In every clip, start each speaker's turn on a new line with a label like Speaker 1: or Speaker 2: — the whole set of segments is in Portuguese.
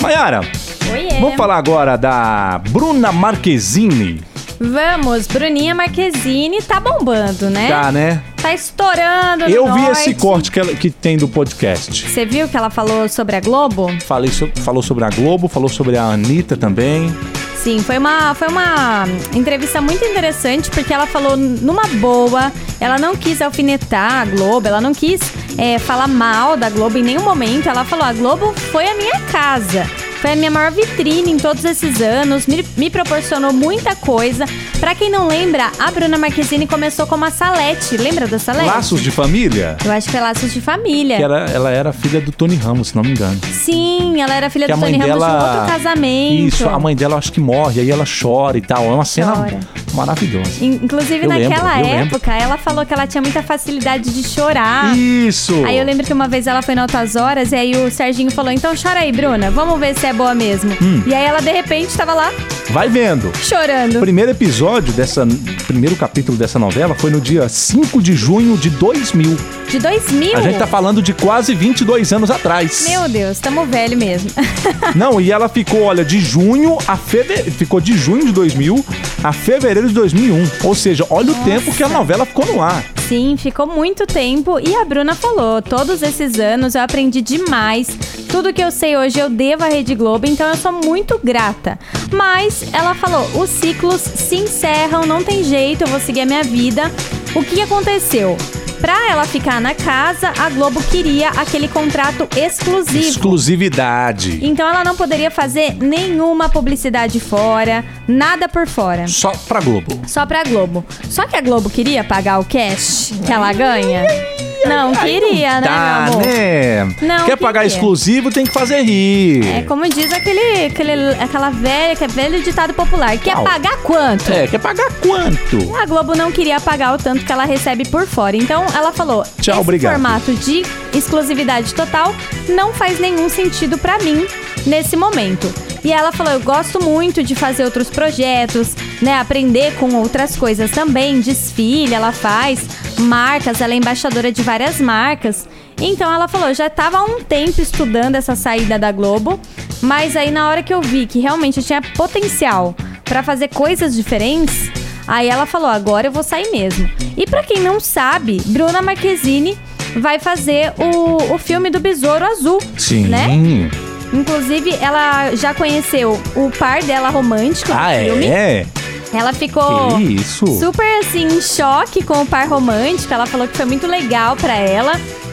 Speaker 1: Mayara,
Speaker 2: Oiê.
Speaker 1: vamos falar agora da Bruna Marquezine.
Speaker 2: Vamos, Bruninha Marquezine tá bombando, né?
Speaker 1: Tá, né?
Speaker 2: Tá estourando no
Speaker 1: Eu vi
Speaker 2: norte.
Speaker 1: esse corte que, ela- que tem do podcast.
Speaker 2: Você viu que ela falou sobre a Globo?
Speaker 1: Falei so- falou sobre a Globo, falou sobre a Anitta também.
Speaker 2: Sim, foi uma, foi uma entrevista muito interessante, porque ela falou numa boa, ela não quis alfinetar a Globo, ela não quis é, falar mal da Globo em nenhum momento. Ela falou: a Globo foi a minha casa. Foi a minha maior vitrine em todos esses anos, me, me proporcionou muita coisa. Pra quem não lembra, a Bruna Marquezine começou como a Salete. Lembra da Salete?
Speaker 1: Laços de Família?
Speaker 2: Eu acho que é Laços de Família.
Speaker 1: Que era, ela era filha do Tony Ramos, se não me engano.
Speaker 2: Sim, ela era filha
Speaker 1: que
Speaker 2: do Tony Ramos de um outro casamento.
Speaker 1: Isso, a mãe dela eu acho que morre, aí ela chora e tal. É uma cena
Speaker 2: Chora.
Speaker 1: maravilhosa.
Speaker 2: In- Inclusive,
Speaker 1: Eu lembro,
Speaker 2: naquela
Speaker 1: eu lembro.
Speaker 2: época, ela falou que ela tinha muita facilidade de chorar.
Speaker 1: Isso!
Speaker 2: Ah. Aí eu lembro que uma vez ela foi em Altas Horas e aí o Serginho falou: Então chora aí, Bruna, vamos ver se é boa mesmo.
Speaker 1: Hum.
Speaker 2: E aí ela de repente tava lá
Speaker 1: Vai vendo. O
Speaker 2: chorando.
Speaker 1: primeiro episódio dessa. primeiro capítulo dessa novela foi no dia 5 de junho de 2000.
Speaker 2: De 2000?
Speaker 1: A gente tá falando de quase 22 anos atrás.
Speaker 2: Meu Deus, tamo velho mesmo.
Speaker 1: Não, e ela ficou, olha, de junho a fevereiro. Ficou de junho de 2000 a fevereiro de 2001. Ou seja, olha o tempo que a novela ficou no ar.
Speaker 2: Sim, ficou muito tempo e a Bruna falou: todos esses anos eu aprendi demais. Tudo que eu sei hoje eu devo à Rede Globo, então eu sou muito grata. Mas ela falou: os ciclos se encerram, não tem jeito, eu vou seguir a minha vida. O que aconteceu? Pra ela ficar na casa, a Globo queria aquele contrato exclusivo.
Speaker 1: Exclusividade.
Speaker 2: Então ela não poderia fazer nenhuma publicidade fora, nada por fora.
Speaker 1: Só pra Globo.
Speaker 2: Só pra Globo. Só que a Globo queria pagar o cash que ela ganha? Não queria, né,
Speaker 1: tá,
Speaker 2: meu amor?
Speaker 1: né?
Speaker 2: Não,
Speaker 1: Quer pagar
Speaker 2: queria.
Speaker 1: exclusivo, tem que fazer rir.
Speaker 2: É como diz aquele, aquele, aquela velha, que é velho ditado popular. Quer
Speaker 1: Qual?
Speaker 2: pagar quanto?
Speaker 1: É, quer pagar quanto?
Speaker 2: A Globo não queria pagar o tanto que ela recebe por fora. Então ela falou:
Speaker 1: Tchau,
Speaker 2: esse
Speaker 1: obrigado."
Speaker 2: formato de exclusividade total não faz nenhum sentido pra mim nesse momento. E ela falou: eu gosto muito de fazer outros projetos, né? Aprender com outras coisas também. Desfile, ela faz, marcas, ela é embaixadora de várias marcas. Então ela falou: já estava há um tempo estudando essa saída da Globo, mas aí na hora que eu vi que realmente eu tinha potencial pra fazer coisas diferentes, Aí ela falou: agora eu vou sair mesmo. E pra quem não sabe, Bruna Marquezine vai fazer o, o filme do Besouro Azul.
Speaker 1: Sim.
Speaker 2: Né? Inclusive, ela já conheceu o par dela romântico no
Speaker 1: Ah,
Speaker 2: filme.
Speaker 1: é?
Speaker 2: Ela ficou.
Speaker 1: Que isso?
Speaker 2: Super assim, em choque com o par romântico. Ela falou que foi muito legal pra ela.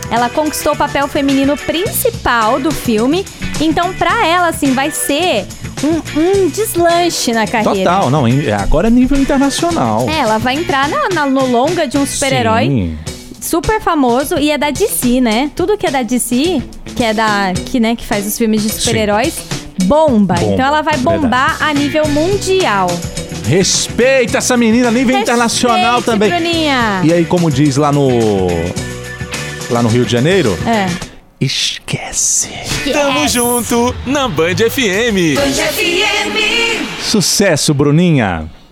Speaker 2: Ela conquistou o papel feminino principal do filme. Então, pra ela, assim, vai ser um, um deslanche na carreira.
Speaker 1: Total, não, em- agora é nível internacional.
Speaker 2: É, Ela vai entrar na, na- no longa de um super-herói
Speaker 1: Sim.
Speaker 2: super famoso e é da DC, né? Tudo que é da DC, que é da que né, que faz os filmes de super-heróis, bomba.
Speaker 1: Bomba,
Speaker 2: Então ela vai bombar a nível mundial.
Speaker 1: Respeita essa menina, nível internacional
Speaker 2: Respeite,
Speaker 1: também.
Speaker 2: Bruninha.
Speaker 1: E aí, como diz lá no. Lá no Rio de Janeiro,
Speaker 2: É.
Speaker 1: esquece.
Speaker 3: Tamo junto na Band FM.
Speaker 1: Sucesso, Bruninha.